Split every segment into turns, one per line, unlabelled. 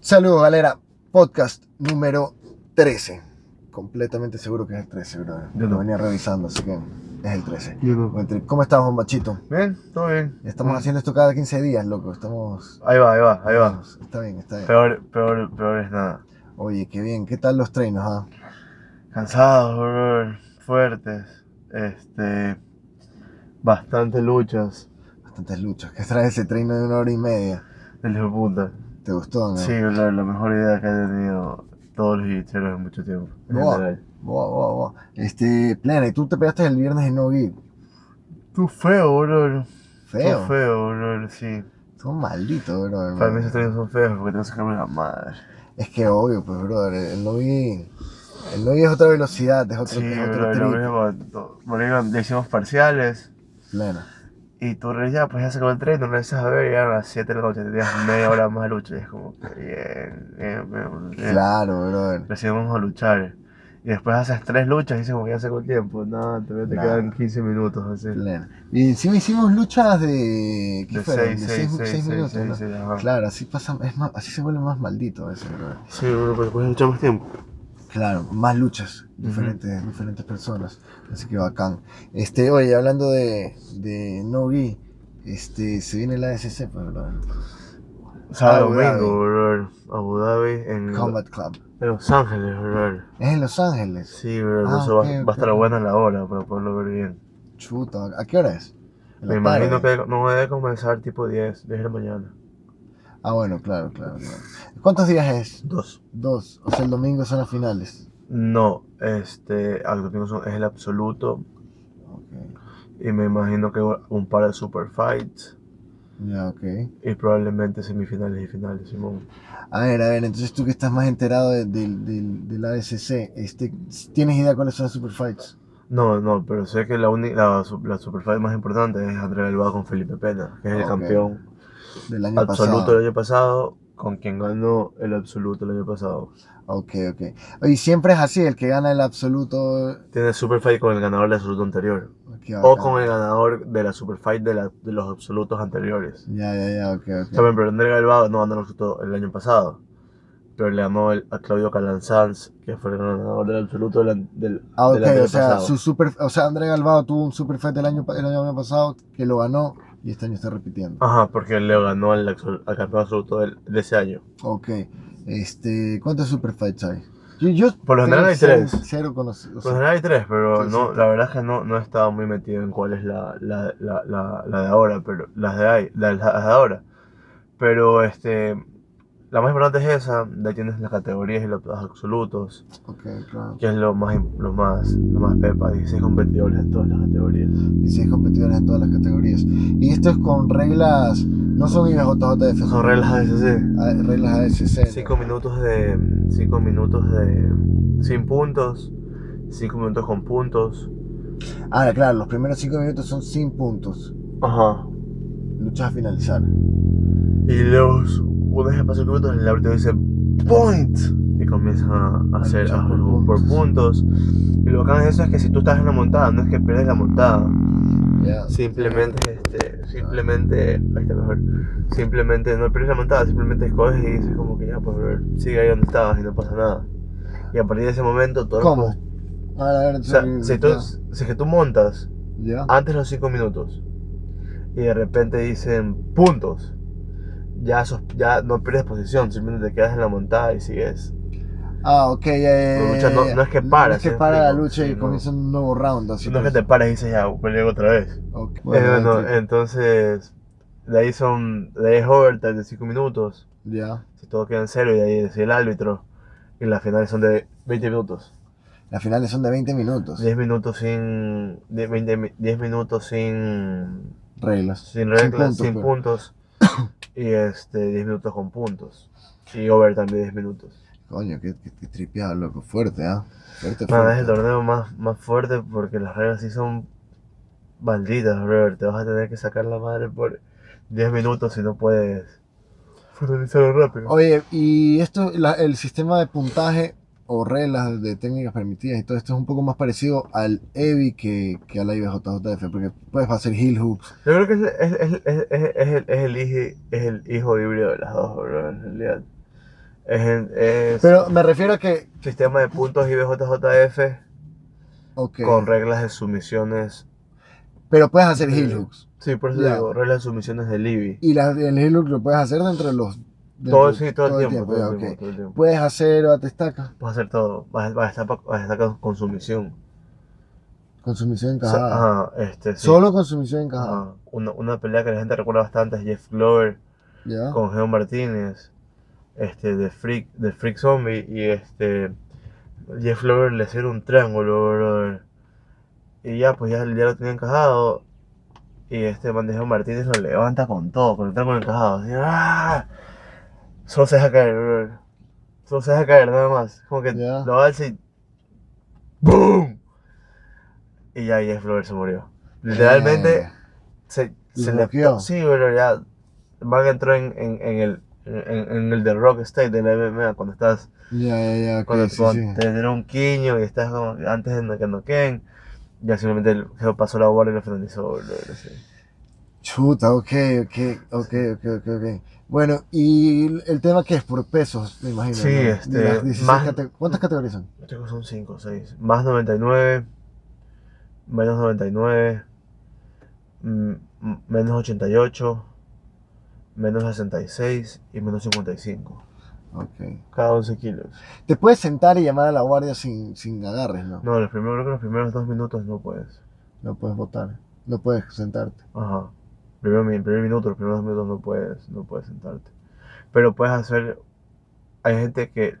Saludos, Galera. Podcast número 13. Completamente seguro que es el 13, brother.
Yo
Lo
no.
venía revisando, así que es el 13.
Yo no.
¿Cómo estamos, bombachito?
Bien, todo bien.
Estamos haciendo esto cada 15 días, loco. Estamos.
Ahí va, ahí va, Mm. ahí va.
Está bien, está bien.
Peor, peor, peor es nada.
Oye, qué bien. ¿Qué tal los trenos? ah?
Cansados, brother, fuertes, este, bastante luchas
Bastantes luchas. ¿Qué trae ese treno de una hora y media?
del hijo de puta.
¿Te gustó, no?
Sí, brother, la mejor idea que he tenido todos los guicheros en mucho tiempo. en
Wow.
general.
Buah, buah, buah. Este, plena, y tú te pegaste el viernes en No Gig.
Tú feo, brother.
Feo.
Tú feo, brother, sí.
Tú maldito, brother.
Para
man.
mí esos trenes son feos porque tengo que sacarme la madre.
Es que obvio, pues, brother. El No Gig. El No Gig es otra velocidad, es otro,
Sí,
es otro
brother, lo
trip.
mismo. to- Marico, le hicimos parciales.
Plena.
Y tú re- ya, pues ya se acabó el tren, no regresas a ver, y eran las 7 de la noche, tenías media hora más de lucha, y es como, que bien, bien, bien, bien.
Claro, brother.
Recién vamos a luchar. Y después haces tres luchas y dices, como que ya se acabó el tiempo, no, todavía te
Nah.
quedan 15 minutos, así.
Plena. Y encima hicimos luchas de. ¿Qué
De
fueron?
6,
de
6,
6
6, 6,
minutos, ¿no?
6, 6, ajá.
Claro, así pasa, es más- así se vuelve más maldito eso, brother.
Sí, bueno, pero puedes luchar más tiempo.
Claro, más luchas, diferentes, diferentes personas. Así que bacán. Este, oye, hablando de, de Nogi, este, se viene la ASC, pues, brother.
Sábado,
Abu Dhabi.
domingo, brother, Abu Dhabi, en,
Combat Club.
en Los Ángeles, brother.
Es en Los Ángeles.
Sí, brother,
Ah,
eso va,
ok,
va
ok,
a estar
ok.
buena la hora para poderlo ver bien.
Chuta, ¿a qué hora es? En
Me
la tarde.
imagino que no debe comenzar tipo 10, 10 de la mañana.
Ah, bueno, claro, claro, claro. ¿Cuántos días es?
Dos.
Dos. O sea, el domingo son las finales.
No, este, al domingo son- es el absoluto
Ok.
y me imagino que un par de super fights
Ya, ok.
y probablemente semifinales y finales, Simón.
A ver, a ver, entonces tú que estás más enterado de- del del- del ASC, este, ¿tienes idea cuáles son las superfights?
No, no, pero sé que la, uni- la, su- la super fight más importante es Andrea Alba con Felipe Pena, que es el
Ah, Ok.
campeón
del año
absoluto
pasado?
del año pasado, con quien ganó el absoluto el año pasado.
Ok, ok. Oye, siempre es así, el que gana el absoluto...
Tiene super fight con el ganador del absoluto anterior
qué
o
bacán.
con el ganador de la super fight de, la- de los absolutos anteriores.
Ya, ya, ya, ok, ok.
También, pero André Galvao no ganó el absoluto el año pasado. Pero le ganó el- a Claudio Calanzans, que fue el ganador del absoluto del, an- del,
Ah,
del
ok,
año
o sea,
pasado.
su super, o sea, André Galvao tuvo un superfight el año, pa- el año pasado que lo ganó y este año está repitiendo.
Ajá, porque le ganó al, absol- al campeón absoluto del- de ese año.
Ok, este, ¿cuántos superfights hay? Yo, yo
Por lo general
creo
hay
que
tres.
cero- Cero conocidos.
Pues general hay tres, pero
Sí,
no,
sí.
la verdad es que no, no he estado muy metido en cuál es la, la, la, la, la de ahora, pero las de, ahí, la- las de ahora. Pero este, la más importante es esa, de ahí tienes las categorías y los, los absolutos,
Ok, claro.
que es lo más, im- lo más, lo más pepa, 16 competidores en todas las categorías.
16 competidores en todas las categorías. Y esto es con reglas, no son IBJJF,
Son reglas ASC.
a- reglas ASC. ¿no?
5 minutos de. 5 minutos de. Sin puntos. 5 minutos con puntos.
Ah, claro, los primeros 5 minutos son sin puntos,
Ajá.
luchas a finalizar.
Y los. Una vez que pasan 5 minutos, el árbitro dice. ¡Point! Y comienzan a a hacer.
luchar
a-
por
por,
puntos.
puntos. Y lo bacán de eso es que si tú estás en la montada, no es que pierdes la montada.
Ya.
Simplemente. Este, simplemente. Ahí está mejor. Simplemente no pierdes la montada, simplemente escoges y dices como que ya, pues, brother, sigue ahí donde estabas y no pasa nada. Y a partir de ese momento, todo
¿Cómo? A ver, a ver,
O sea,
entonces-
si, tú, si es que tú montas
Ya.
antes de los 5 minutos y de repente dicen puntos, ya, sos- ya no pierdes posición, simplemente te quedas en la montada y sigues.
Ah, ok, ya, ya, ya,
La lucha
ya,
no-
ya.
no es que
No
para,
es que
¿sí me
para la
explico?
lucha y
Sí, no.
comienza un nuevo round, así
no es que
pues.
te pares y dices ya, peleo otra vez.
Ok,
Eh,
bueno,
bueno,
entonces,
entonces, de ahí son, de ahí es overtime de 5 minutos,
ya.
si todo queda en cero y de ahí decide el árbitro. Y las finales son de 20 minutos.
Las finales son de 20 minutos.
10 minutos sin. 10, 20 mi- 10 minutos sin.
Reglas.
sin
puntos,
reglas, sin
pues.
puntos. Y este, 10 minutos con puntos. Y over también 10 minutos.
Coño, qué, qué, qué tripeado, loco. Fuerte, ¿ah? Fuerte,
Nada,
fuerte.
es el torneo más, más fuerte porque las reglas sí son malditas, brother. Te vas a tener que sacar la madre por 10 minutos si no puedes finalizarlo rápido.
Oye, y esto, la- el sistema de puntaje o reglas de técnicas permitidas y todo esto es un poco más parecido al EVI que, que al IBJJF, porque puedes hacer heel hoops.
Yo creo que es, es- es- es- es- es el, es, el, hiji- es el hijo híbrido de las dos, bro, en realidad. Es, el- es
Pero me refiero a que.
sistema de puntos IBJJF
Ok.
con reglas de sumisiones.
Pero puedes hacer
Sí.
heel hooks.
Sí, por eso
Ya.
digo, reglas de sumisiones de Libby.
Y la, el heel hook lo puedes hacer dentro de los. dentro-
Todo, sí, todo, el tiempo,
ya,
todo el tiempo,
ok.
todo el tiempo.
Puedes hacer batestaca
Vas a hacer todo, vas, a- vas a estar, pa- vas a estar con- con sumisión.
con sumisión
O sea,
encajada.
ajá, este, sí.
Solo con sumisión encajada.
Ajá. Una, una pelea que la gente recuerda bastante es Jeff Glover
¿Ya?
con Geo Martínez, este, de Freak, de Freak Zombie, y este, Jeff Glover le hicieron un triángulo, brother. Y ya, pues ya, ya lo tenía encajado. Y este man de Geo Martínez lo levanta con todo, con el triángulo encajado. así, ¡ah! Solo se deja caer, brother. Solo se deja caer, nada más. Como que
Ya.
lo alza y. ¡Boom! Y ya Jeff Glover se murió. Literalmente
Eh,
se,
¿Y
se
lo
le
bloqueó?
Sí, pero ya. Van entró en, en, en el. En, en el de Rock State de la MMA, cuando estás.
ya, ya, ya. ok,
Cuando,
sí,
cuando
sí.
te dieron un quiño y estás como que antes de que noqueen. Ya simplemente el Geo pasó la bola y lo finalizó. brother, así.
Chuta, ok, ok, ok, ok, ok, ok. Bueno, y el tema que es por pesos, me imagino.
Sí,
¿no? De
este,
las 16
más-
cate- ¿Cuántas categorías son?
Creo que son 5 o 6. Más 99. Menos 99. mm, mm, Menos 88. Menos 66 y menos 55.
Ok.
Cada 11 kilos.
Te puedes sentar y llamar a la guardia sin, sin agarres, ¿no? No,
No, los primeros, creo que los primeros dos minutos no puedes.
puedes votar, no puedes sentarte.
Ajá. Primero, mi- primer minuto, los primeros dos minutos no puedes, no puedes sentarte. Pero puedes hacer. Hay gente que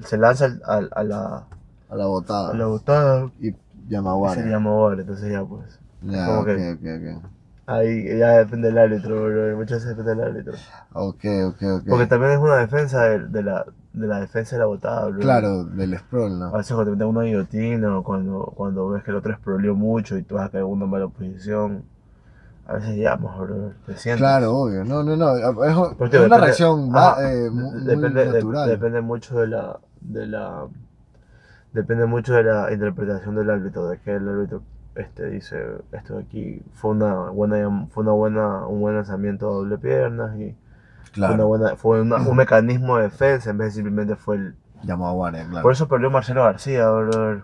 se lanza al- al- a, la,
A la
a
botada.
la botada
Y llama a
y se
guardia.
llama gol, entonces ya pues.
Ya,
como
ok,
que-
ok,
Ahí ya depende del árbitro, bro. Muchas veces depende del árbitro.
ok. Ok, ok, ok.
Porque también es una defensa de, de la, de la defensa de la botada, bro.
Claro, del sprawl,
A
¿no?
veces cuando te meten una guillotina o cuando, cuando ves que el otro explolió mucho y tú vas a caer en una mala posición. A veces llamas, bro. Te sientes.
Claro, obvio. No, no, no. Es, es
Porque
una
depende-
reacción
ajá,
va- eh,
de-
mu- muy
depende, de-
natural.
depende mucho de la, de la. Depende mucho de la interpretación del árbitro, de que el árbitro este, dice: Esto de aquí fue una buena llam- fue una buena, un buen lanzamiento a doble piernas y fue, una
Claro,
buena, fue una- un mecanismo de defensa en vez de simplemente fue el.
llamó a guardia, claro.
Por eso perdió Marcelo García, brother.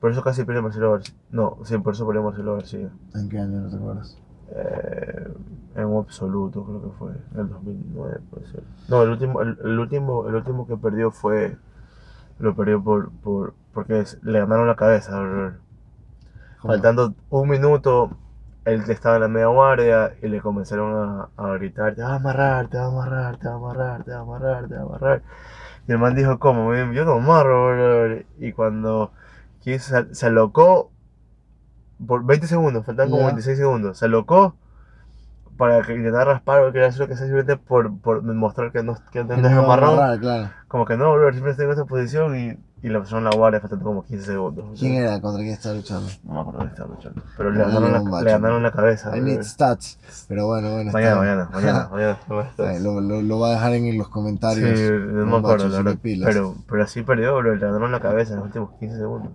Por eso casi perdió Marcelo García. No, sí, por eso perdió Marcelo García.
¿En qué año no te acuerdas?
Eh, en un absoluto, creo que fue. En el 2009, puede ser. No, el último, el, el último, el último que perdió fue. Lo perdió por, por porque es- le ganaron la cabeza. brr.
¿Cómo?
Faltando un minuto, él que estaba en la media guardia y le comenzaron a, a gritar: Te va a amarrar, te va a amarrar, te va a amarrar, te va a amarrar, te va a amarrar. Y el man dijo: ¿Cómo? men? Yo no amarro. brr". Y cuando quiso- se, se alocó, por 20 segundos, faltan como
Ya.
26 segundos, se alocó para que intentar raspar o quería hacer lo que sea simplemente por, por mostrar que no, que no
Que no
es
iba a
amarrado.
amarrar, claro.
Como que no, brother, siempre estoy en esta posición y, y la pusieron en la guardia faltando como 15 segundos.
¿Quién era? ¿Contra quién estaba luchando?
No me acuerdo de esta luchando. Pero le
Dale,
ganaron, la,
bomba,
le ganaron la cabeza.
I
brother.
need stats. Pero bueno, bueno. está
Mañana,
bien.
mañana, mañana, mañana, mañana.
Ay, Lo, lo, lo va a dejar en los
Sí,
comentarios.
no me
bomba,
acuerdo,
chus,
la
y
verdad.
pilas.
Pero, pero así perdió, bro, le ganaron la cabeza en los últimos 15 segundos.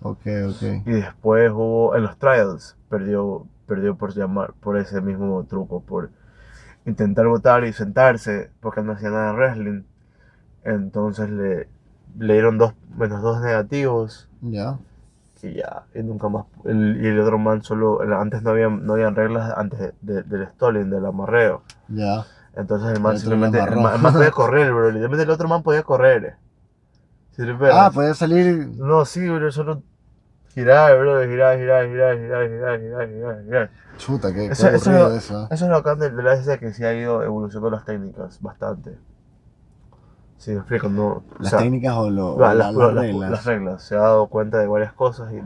Ok, ok.
Y después hubo en los trials, perdió, perdió por llamar, por ese mismo truco, por intentar votar y sentarse, porque no hacía nada de wrestling. Entonces le, le dieron dos, menos dos negativos,
Ya.
y ya, y nunca más. El, y el otro man solo, el- antes no había, no habían reglas antes de- de- del stalling, del amarreo.
Ya.
Entonces el man
El otro lo
simplemente, el
amarró.
man, el man podía correr, bro, literalmente el otro man podía correr. eh. ¿Sí te pegas?
Ah, podía salir.
No, sí, bro, solo girar, bro, girar, girar, girar, girar, girar, girar, girar, girar.
Chuta, qué, qué
Eso- eso-
aburrido eso. ¿eh?
Eso es lo bacán de de la ASC que se ha ido evolucionando las técnicas bastante. Sí, me explico, no. o
Las
sea,
técnicas o, lo, o
la-
la-
las,
las
las-
reglas.
las reglas. Se ha dado cuenta de varias cosas y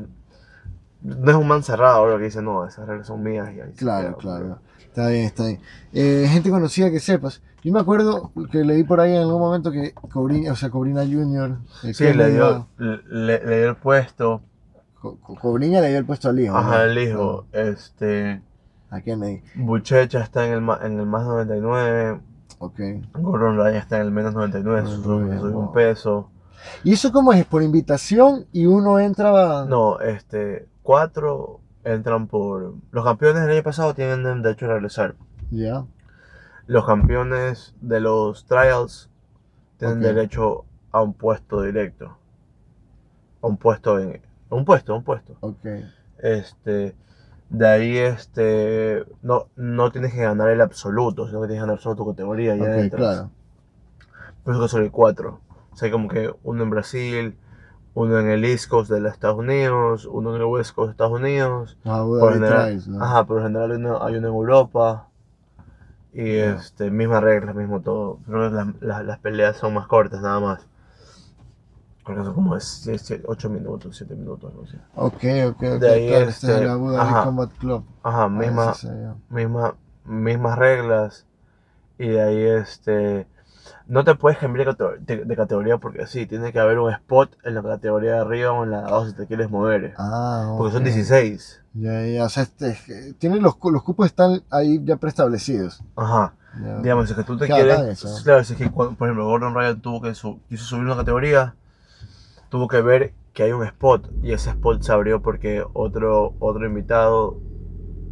no es un man cerrado, bro, que dice, no, esas reglas son mías y ahí se
Claro,
queda, bro.
claro. Está bien, está bien. Eh, gente conocida que sepas. Yo me acuerdo que leí por ahí en algún momento que Cobrina, o sea, Cobrina Junior. eh,
Sí, le dio, le, le dio el puesto
Cobrina le dio el puesto al hijo.
ajá,
¿no?
al hijo. Este,
¿A Kennedy?
Buchecha está en el, ma- en el más 99.
Ok.
Gordon Ryan está en el menos 99,
Menos
subió
99,
un
wow.
peso.
¿Y eso cómo es? ¿Por invitación y uno entra?
No, este, cuatro entran por... Los campeones del año pasado tienen derecho a regresar.
Ya.
Los campeones de los trials tienen
Ok.
derecho a un puesto directo. A un puesto en. a Un puesto, a un puesto.
Ok.
Este. De ahí, este. No, no tienes que ganar el absoluto, sino que tienes que ganar solo tu categoría. y ya
Ok,
entras.
claro.
Por eso que solo hay cuatro. O sea, hay como que uno en Brasil, uno en el East Coast de los Estados Unidos, uno en el West Coast de Estados Unidos.
Abu
Por
Dhabi
lo general,
Trials, ¿no?
Ajá, por lo general hay uno, hay uno en Europa. Y
Ya.
este, mismas reglas, mismo todo. Pero las, las- las peleas son más cortas, nada más. Porque son como 8 minutos, 7 minutos, no sé.
Ok, ok, ok.
De ahí,
claro, este es
este,
el Abu Dhabi
ajá.
Combat Club.
Ajá,
Ah,
misma,
ese sería.
misma, mismas reglas. Y de ahí, este. No te puedes cambiar de, categor- de- de categoría porque sí, tiene que haber un spot en la categoría de arriba o en la de abajo si te quieres mover.
Ah,
Porque son
ok.
16.
Ya, ya, o sea, este, es que tienen los, cu- los cupos están ahí ya preestablecidos.
Ajá.
Ya, ok.
Digamos, si es que tú te
Claro,
quieres.
claro, eso.
Claro, si es que, cuando- por ejemplo, Gordon Ryan tuvo que su- quiso subir una categoría, tuvo que ver que hay un spot y ese spot se abrió porque otro, otro invitado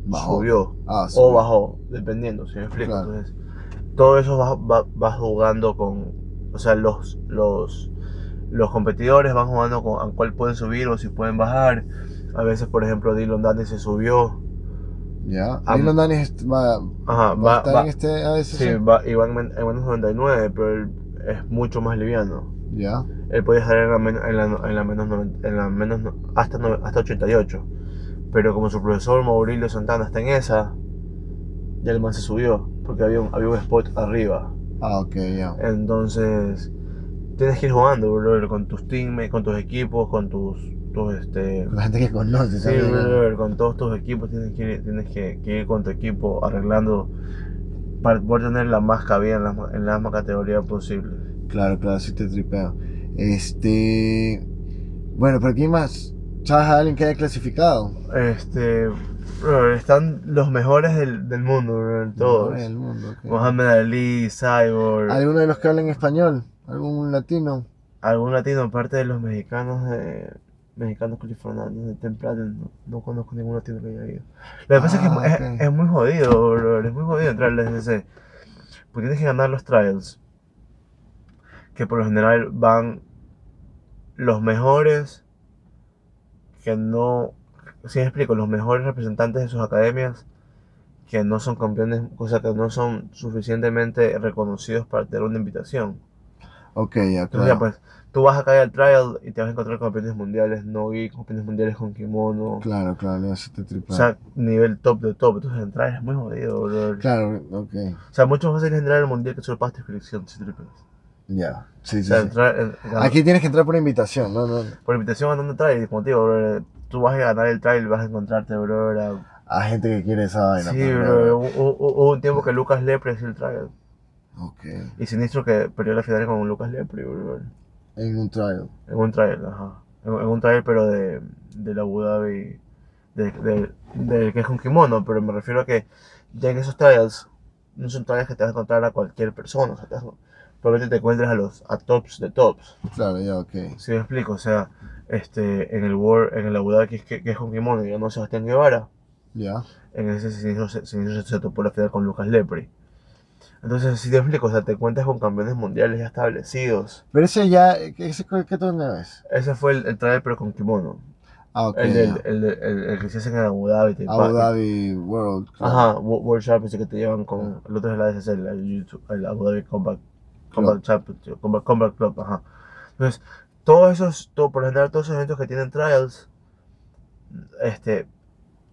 Bajó.
subió
Ah,
o
subió.
bajó, dependiendo, si me explico.
Claro.
Entonces, todo eso va, va- va jugando con. O sea, los, los, los competidores van jugando con a cuál pueden subir o si pueden bajar. A veces, por ejemplo, Dylan Dandy se subió.
Ya.
Ah,
Dylan Danis va, va
Ajá,
a
va,
estar
va-
en este ADCC.
Sí, va, y va en, men- en menos 99, pero él es mucho más liviano.
Ya.
Él podía estar en la, men- en la, no- en la menos, noven- en la menos no- hasta, no- hasta 88. Pero como su profesor Maurilio Santana está en esa, ya el man se subió, porque había un, había un spot arriba.
Ah, ok, ya.
Entonces, tienes que ir jugando, brother, con tus teammates, con tus equipos, con tus, tus este...
La gente que conoce,
Sí,
¿sabes?
brother, con todos tus equipos tienes que ir, tienes que, que ir con tu equipo arreglando para poder tener la más cabida en la, ma- en la más categoría posible.
Claro, claro, sí te tripeo. Este. Bueno, pero ¿quién más? ¿Sabes a alguien que haya clasificado?
Este, brother, están los mejores del, del mundo, brother, todos.
En el mundo. ok.
Mohamed Ali, Cyborg,
¿Alguno de los que hablan español? ¿Algún latino?
algún latino aparte de los mexicanos de mexicanos californianos de temprano no, no conozco ningún latino que haya ido lo que pasa es que
Ah,
es-
ok.
es, muy jodido bro, es muy jodido entrar al SCC porque tienes que ganar los trials que por lo general van los mejores que no si me explico los mejores representantes de sus academias que no son campeones o sea que no son suficientemente reconocidos para tener una invitación
Ok, ya,
entonces,
claro.
ya, pues, tú vas acá al trial y te vas a encontrar campeones mundiales no gi, campeones mundiales con kimono.
Claro, claro, ya sí te tripeo.
O sea, nivel top de top. Entonces, entrar es muy jodido, bro.
claro, ok.
O sea, mucho más fácil es entrar al mundial que solo pagas tu inscripción, si tripas.
Ya. Sí,
O
sí,
sea,
sí.
entrar. en- ganar-
Aquí tienes que entrar por invitación, ¿no? no.
Por invitación andando al trial, y como te digo, bro, tú vas a ganar el trial y vas a encontrarte, bro. a-
A gente que quiere esa vaina.
Sí,
pues,
bro. Hubo hubo- hubo un tiempo que Lucas Lepre hizo el trial.
Ok.
Y Sinistro que perdió la final con Lucas Lepre, bro.
En un trial.
En un trailer, ajá. En, en un trailer, pero de, de la Abu Dhabi. de- de- Del que es un kimono, pero me refiero a que ya en esos trailers, no son trailers que te vas a encontrar a cualquier persona, o sea, te vas a- probablemente te encuentres a los a tops de tops.
Claro, ya, ok.
Si me explico, o sea, este, en el World, en el Abu Dhabi que, es- que, que es un kimono, digamos Sebastián Guevara,
Ya.
en ese siniestro se, siniestro se topó la final con Lucas Lepre. Entonces, si te explico, o sea, te encuentras con campeones mundiales ya establecidos.
Pero ese ya, ese, ¿qué qué torneo es?
Ese fue el, el trailer, pero con kimono.
Ah, ok.
El, del-
ya.
el, del- el- el que se hace en Abu Dhabi. te
Abu
pa-
Dhabi World. claro.
Ajá, Wo- World Championship que te llevan con. El otro es la DSC, el, YouTube, el Abu Dhabi Combat, Combat Championship, Combat, Combat Club, ajá. Entonces, todos esos, todo, por lo general, todos esos eventos que tienen trials, este,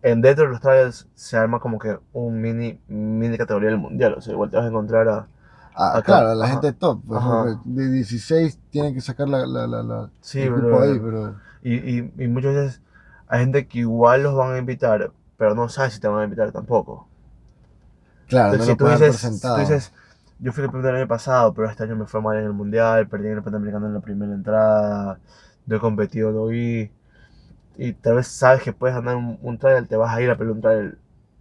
en dentro de los trials se arma como que un mini, mini categoría del mundial. O sea, igual te vas a encontrar a.
Ah,
Acá.
claro, la
Ajá.
gente top. pues,
Ajá.
porque de 16 tienen que sacar la, la, la, la-
Sí,
el
bro.
grupo ahí, pero.
Y, y, y muchas veces hay gente que igual los van a invitar, pero no sabe si te van a invitar tampoco.
Claro,
Entonces,
no
si
lo
tú
pueden
dices, si
presentar.
tú dices, yo fui campeón del año pasado, pero este año me fue mal en el mundial, perdí en el Panamericano en la primera entrada, no he competido, no vi. Y tal vez sabes que puedes ganar un, un trial, te vas a ir a pelear un trial.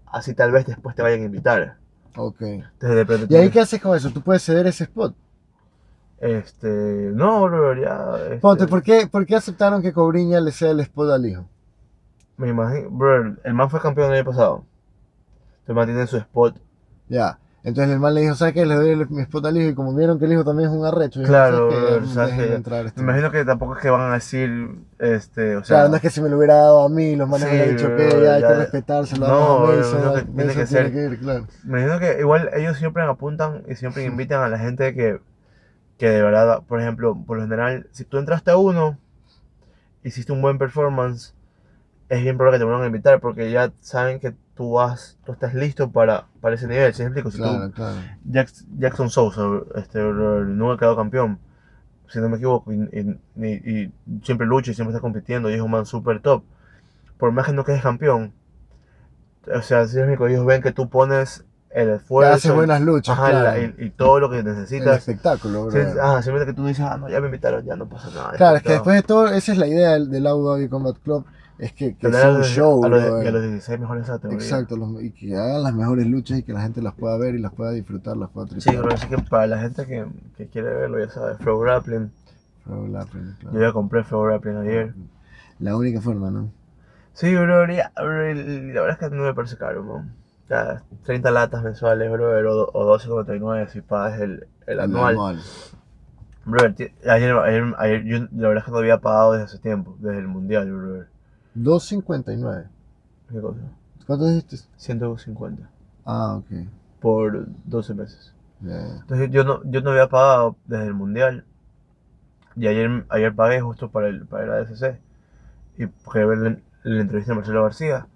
Así tal vez después te vayan a invitar.
Ok.
Entonces depende.
¿Y ahí qué
también.
haces con eso? ¿Tú puedes ceder ese spot?
Este. No, bro, ya. este,
Ponte, ¿por qué, ¿por qué aceptaron que Cobriña le ceda el spot al hijo?
Me imagino. Bro, el man fue campeón el año pasado. Te mantiene su spot.
Ya. Entonces el man le dijo, ¿sabes qué? Le doy el- mi spot al hijo y como vieron que el hijo también es un arrecho, dijo,
Claro,
"¿Sabes qué?
brother, ¿sabes
Dejen
qué?
entrar a este
Me imagino que tampoco es que van a decir, este, o
O sea,
sea,
no es que si me lo hubiera dado a mí, los manes
Sí,
hubieran dicho que
bro,
ya hay
ya-
que respetárselo
No,
a
bro,
Mason,
es lo
a-
que tiene
Mason tiene
que ser.
que ir, claro.
me imagino que igual ellos siempre apuntan y siempre invitan a la gente que, que de verdad, por ejemplo, por lo general, si tú entraste a uno, hiciste un buen performance, es bien probable que te vuelvan a invitar porque ya saben que tú vas, tú estás listo para, para ese nivel, ¿sí me explico? Si tú-
Claro, claro.
Jack- Jackson Sousa, este, nunca quedó campeón, si no me equivoco, y, y- y- y siempre lucha y siempre está compitiendo, y es un man super top. Por más que no quedes campeón, o sea, si es único, ellos ven que tú pones el
Que
esfuerzo,
hace buenas luchas,
ajá,
claro.
la- y, y todo lo que
el
necesitas.
espectáculo,
Sí,
bro.
ajá, simplemente que tú dices, ah, no, ya me invitaron, ya no pasa nada. ya
Claro, es que
está".
después de todo, esa es la idea del, del Abu Dhabi Combat Club, es que, que
Tener
sea
a
un
los-
show,
a los,
bro. eh.
y a los 16 mejores de esa categoría.
Exacto, los- y que hagan las mejores luchas y que la gente las pueda ver y las pueda disfrutar, las pueda
Sí,
tripar.
pero así que para la gente que, que quiere verlo, ya sabes, Flow Grappling.
Bro, la pena, claro.
Yo ya compré Flow Grappling ayer.
La única forma, ¿no?
Sí, bro, ya, bro, y la verdad es que no me parece caro, man. Ya, 30 latas mensuales, bro, o, o 12,99 si pagas el, el anual. Bro, ti- ayer, ayer, ayer yo la verdad es que no había pagado desde hace tiempo, desde el mundial, bro.
2.59.
¿Qué cosa?
¿Cuánto dijiste?
150
Ah, ok.
por 12 meses.
Ya, ya.
Entonces yo no, yo no había pagado desde el mundial. Y ayer, ayer pagué justo para el, para el ADCC. Y quería ver la, la entrevista de Marcelo García.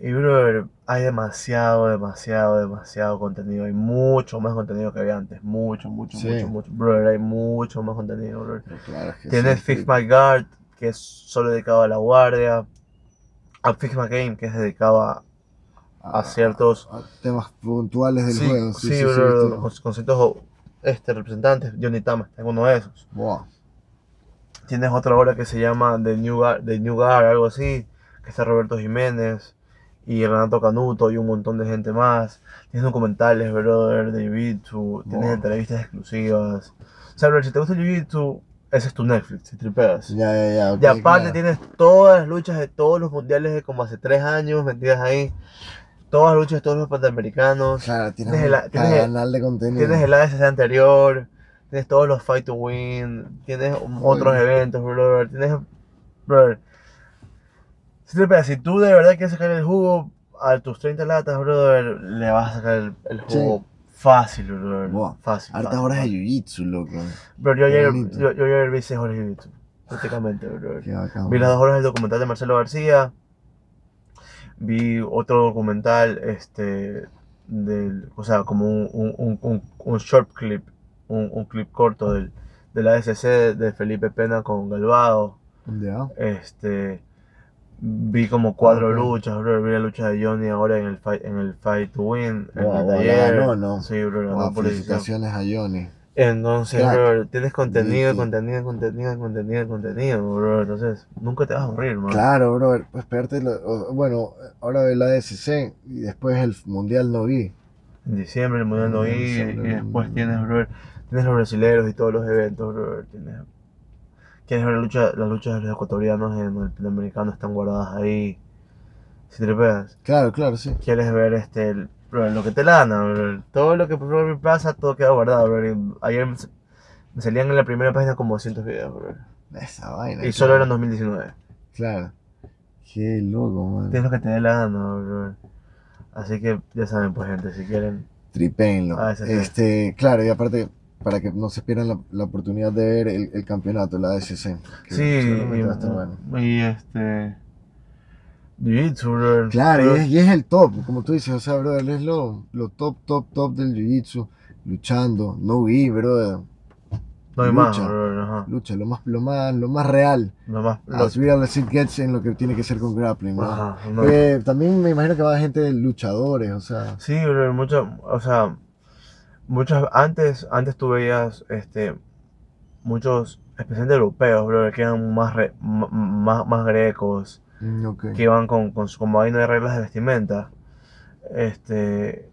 Y brother, hay demasiado, demasiado, demasiado contenido. Hay mucho más contenido que había antes. Mucho, mucho,
Sí.
mucho, mucho. Brother, hay mucho más contenido, brother.
Pero claro, es que
Tienes
sí,
Fix My Guard, que es solo dedicado a la guardia. A Fix My Game, que es dedicado a, a ciertos
a Ah, temas puntuales del juego. Sí, sí, sí.
bro,
esto-
con, con ciertos este, representantes. Johnny Tama está en uno de esos.
Buah.
Tienes otra obra que se llama The New Guard, The New Guard, algo así, que está Roberto Jiménez y Renato Canuto y un montón de gente más. Tienes documentales, brother, de Jiu-Jitsu, tienes
Wow.
entrevistas exclusivas. O sea, bro, si te gusta el Jiu-Jitsu, ese es tu Netflix, si tripeas.
Ya, ya, ya. ok,
Y aparte
claro.
tienes todas las luchas de todos los mundiales de como hace tres años metidas ahí. Todas las luchas de todos los panamericanos.
Claro, tienes,
tienes
un
la- tienes-
canal de contenido.
Tienes el ADCC anterior, tienes todos los Fight to Win, tienes un- otros
Uy.
eventos, brother, tienes... Brother. Si, te pegas, si tú de verdad quieres sacar el jugo a tus 30 latas, brother, le vas a sacar el, el
Sí.
jugo fácil, brother.
Buah,
Fácil.
Hartas
fácil,
horas de
fácil.
jiu-jitsu, loco.
Bro, yo ayer,
Bonito.
yo, yo ayer vi 6 horas de YouTube, prácticamente, brother.
Qué bacán.
Vi las dos horas del documental de Marcelo García. Vi otro documental, este, del, o sea, como un, un- un- un- un short clip, un, un clip corto del, de la SC de Felipe Pena con Galvao.
Ya.
Este, vi como cuatro
Ok.
luchas, bro. Vi la lucha de Johnny ahora en el Fight, en el fight to Win, en
Wow,
el
wow, la
taller.
ganó, ¿no?
Sí, bro, ganó
Wow,
por decisión.
Ah, felicitaciones a Johnny.
Entonces,
Crack.
bro, tienes contenido,
Nicky.
contenido, contenido, contenido, contenido, bro. Entonces, nunca te vas a aburrir, man.
Claro, bro. Pues perderte. lo- o- Bueno, ahora ve la ADCC y después el Mundial no vi.
En diciembre, el Mundial no
En
ir,
diciembre,
y después
mm.
tienes, bro, tienes los brasileros y todos los eventos, bro, tienes, tienes la lucha, las luchas de los ecuatorianos en el Panamericano están guardadas ahí, si tripeas,
Claro, claro, sí.
quieres ver este, el- bro, lo que te lana, bro, todo lo que bro, pasa, todo queda guardado, bro, y ayer me, s- me salían en la primera página como 200 videos, bro,
Esa vaina.
y solo
claro.
eran 2019,
Claro. Qué loco, man.
tienes lo que te dé la gana, bro, así que ya saben, pues, gente, si quieren...
Tripenlo.
Ah, ese sí.
este, claro, y aparte, para que no se pierdan la, la oportunidad de ver el, el campeonato, la ADCC. que
Sí,
seguramente va a estar bueno.
y, y este. Jiu-Jitsu, bro.
Claro,
Bro,
y es, y es el top, como tú dices, o sea, bro, él es lo, lo top, top, top del jiu-jitsu, luchando, no gi, bro,
no hay más,
lucha.
bro. Ajá.
lucha, lo más, lo más, lo más real,
Lo más. lo-
as real as it gets en lo que tiene que ser con grappling, ¿no?
ajá, no.
Porque también me imagino que va gente de luchadores, o sea,
Sí, bro, mucho. O sea, muchas. Antes, antes tú veías este, muchos, especialmente europeos, bro, que eran más, re- m- m- más, más grecos,
mm, ok.
que iban con, con su. Como ahí no hay reglas de vestimenta. Este.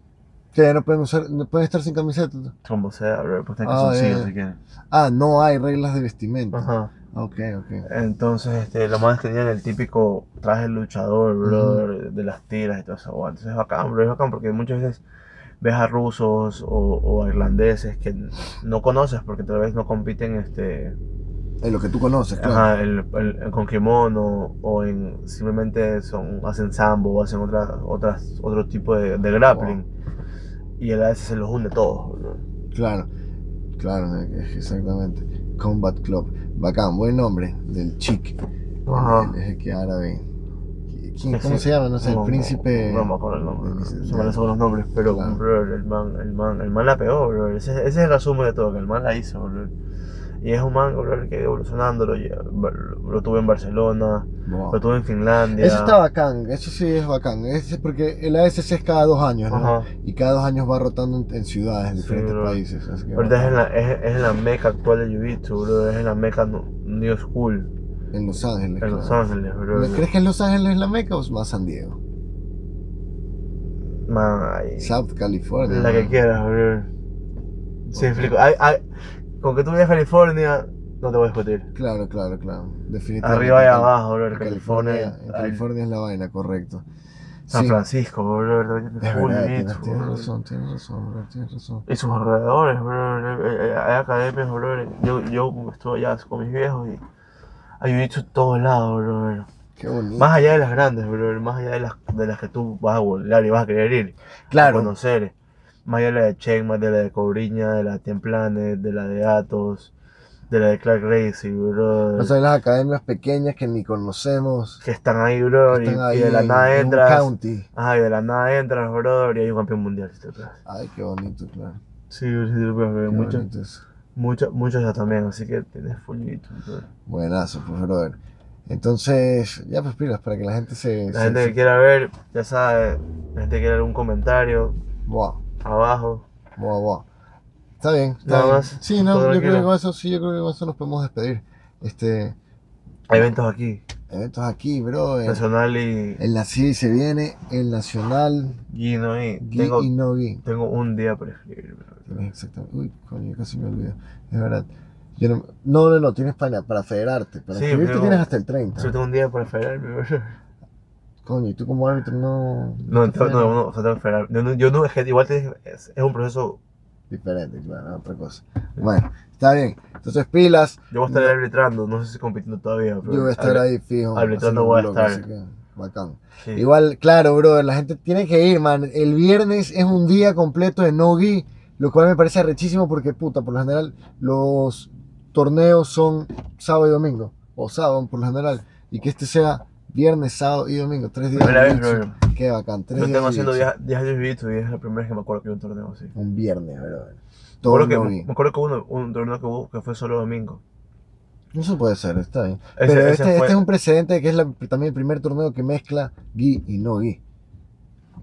que ya no pueden usar, no pueden estar sin camiseta.
Como sea, bro, pues tienen
Ah,
calzoncillos
ya, ya.
si quieren.
Ah, no hay reglas de vestimenta.
Ajá.
Ok, ok.
Entonces, este, los manes tenían el típico traje luchador, brother, de las tiras y todo eso. Entonces es bacán, bro, es bacán porque muchas veces ves a rusos o, o a irlandeses que no conoces porque tal vez no compiten este,
Es lo que tú conoces, claro.
Ajá, el, el- el con kimono o en simplemente son hacen sambo o hacen otras otras otro tipo de, de grappling y a veces se los une todos. ¿no?
Claro, claro, eh, exactamente. Combat Club. Bacán, buen nombre del chic.
Ajá.
El jeque árabe. ¿Quién,
Ese-
¿Cómo se llama? No sé,
no,
el príncipe.
No, no me acuerdo el nombre.
el-
no,
el-
Se me lanzan los nombres, pero
Claro.
brother, el man, el man, el man la pegó, brother. Ese, ese es el resumen de todo, que el man la hizo, brother. Y es un man, brother, que evolucionando lo, lle- lo tuve en Barcelona,
Wow.
lo tuve en Finlandia.
Eso está bacán, eso sí es bacán. Es porque el ASC es cada dos años, ¿no?
Ajá.
Y cada dos años va rotando en, en ciudades, en
Sí,
diferentes
bro.
países. así que
Ahorita es
bacán.
en la, es, es en la meca actual de Jiu-Jitsu, bro. Es en la meca nu- New School,
En Los Ángeles.
en Los
claro.
Ángeles, bro.
¿Crees que en Los Ángeles es la meca o es más San Diego?
Man, ay,
South California.
la que
¿no?
quieras, bro. Sí, explico. Ay, ay, con que tú vienes a California, no te voy a discutir.
Claro, claro, claro. Definitivamente.
Arriba y
Cal-
abajo, bro.
en
California,
California, en
ay,
California es la vaina, correcto.
San
Sí,
Francisco, bro. Es
Es verdad, tienes,
Jiu-Jitsu,
tienes
bro.
razón, tienes razón, bro, tienes razón.
Y sus alrededores, bro. eh, eh, Hay academias, bro. Yo, yo estuve allá con mis viejos y hay Jiu-Jitsu en todos lados, bro.
Qué bonito.
Más allá de las grandes, bro, más allá de las, de las que tú vas a volar y vas a querer ir, a
claro,
conocer. Más allá de la de Checkmate, de la de Cobriña, de la de Templanes, de la de Atos, de la de Clark Gracie, bro.
o sea, las academias pequeñas que ni conocemos.
que están ahí, bro, y,
están ahí
y de la
en
nada
un
entras.
county.
Ay, de la nada entras, bro, y hay un campeón mundial. si te acuerdas.
Ay, qué bonito, claro.
Sí, bro, sí, bro,
Qué
bro, muchos,
bonito eso.
muchos, muchos ya también, así que tienes fullito, bro.
Buenazo, pues, brother. Entonces, ya pues pilas, para que la gente se...
La
se-
gente
se-
que quiera ver, ya sabe, la gente que quiera algún comentario,
Buah,
abajo.
buah, buah. Está bien, está
Nada
bien.
más,
Sí, no, yo
todo
creo
tranquilo.
que con eso, sí, yo creo que con eso nos podemos despedir. Este,
Hay eventos aquí,
eventos aquí, bro. eh.
nacional y,
El Nací se viene, el Nacional,
Gino y
Gui
tengo,
y no Gui.
tengo un día para escribir. bro.
Tienes exactamente. Uy, coño, yo casi me olvido. Es verdad. Yo no, no, no, no, tienes para, para federarte. Para
Sí,
escribirte
pero-
tienes hasta el 30.
Solo tengo un día para esperarme. bro.
Coño, y tú como árbitro no.
No,
te
tengo-
federas?
no, no, o sea, tengo que esperar. Yo no, yo no, es que igual te- es, es un proceso.
Diferente, claro, otra cosa. Bueno, está bien. Entonces, pilas.
Yo voy a estar arbitrando, no sé si compitiendo todavía. Pero
Yo voy a estar
arbi-
ahí fijo.
Árbitro
haciendo
no voy a
un
estar.
así que, bacán.
sí.
Igual, claro, bro, la gente tiene que ir, man. El viernes es un día completo de Nogi, lo cual me parece rechísimo porque, puta, por lo general los torneos son sábado y domingo, o sábado por lo general, y que este sea viernes, sábado y domingo, tres días.
Primera
de
vez,
jiu-jitsu.
bro.
Qué bacán, tres
Yo
días.
tengo
de
haciendo
jiu-jitsu.
10 días de jiu-jitsu y es la primera vez que me acuerdo que hubo un torneo así.
Un viernes, bro.
Me
Todo
acuerdo, que,
Nogi.
me acuerdo que hubo uno- un torneo que hubo que fue solo domingo.
Eso puede ser, está bien.
Ese-
Pero
ese
este, este
fue-
es un precedente de que es la- también el primer torneo que mezcla gi y no gi.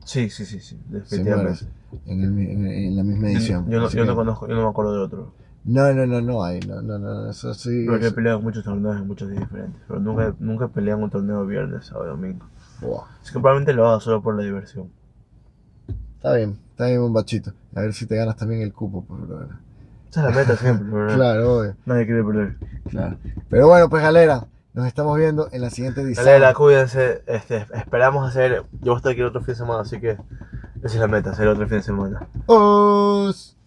Sí, sí, sí,
Se
sí,
muere,
definitivamente.
en, el mi- en- en la misma
Yo,
edición.
yo no,
Así
yo no
que-
conozco, yo no me acuerdo de otro.
No, no, no, no hay, no, no, no, eso sí.
Porque he
eso-
peleado en muchos torneos en muchos días diferentes, pero nunca, nunca he peleado en un torneo viernes, sábado, domingo.
Buah,
Así que probablemente lo haga solo por la diversión.
Está bien, está bien, bombachito. A ver si te ganas también el cupo, por lo menos.
Esa es la meta siempre, ¿verdad?
Claro, obvio,
Nadie quiere perder.
claro. Pero bueno, pues galera, nos estamos viendo en la siguiente edición.
Dale, la cuídense. Este, esperamos hacer. Yo voy a estar aquí el otro fin de semana, así que esa es la meta, hacer otro fin de semana.
Os.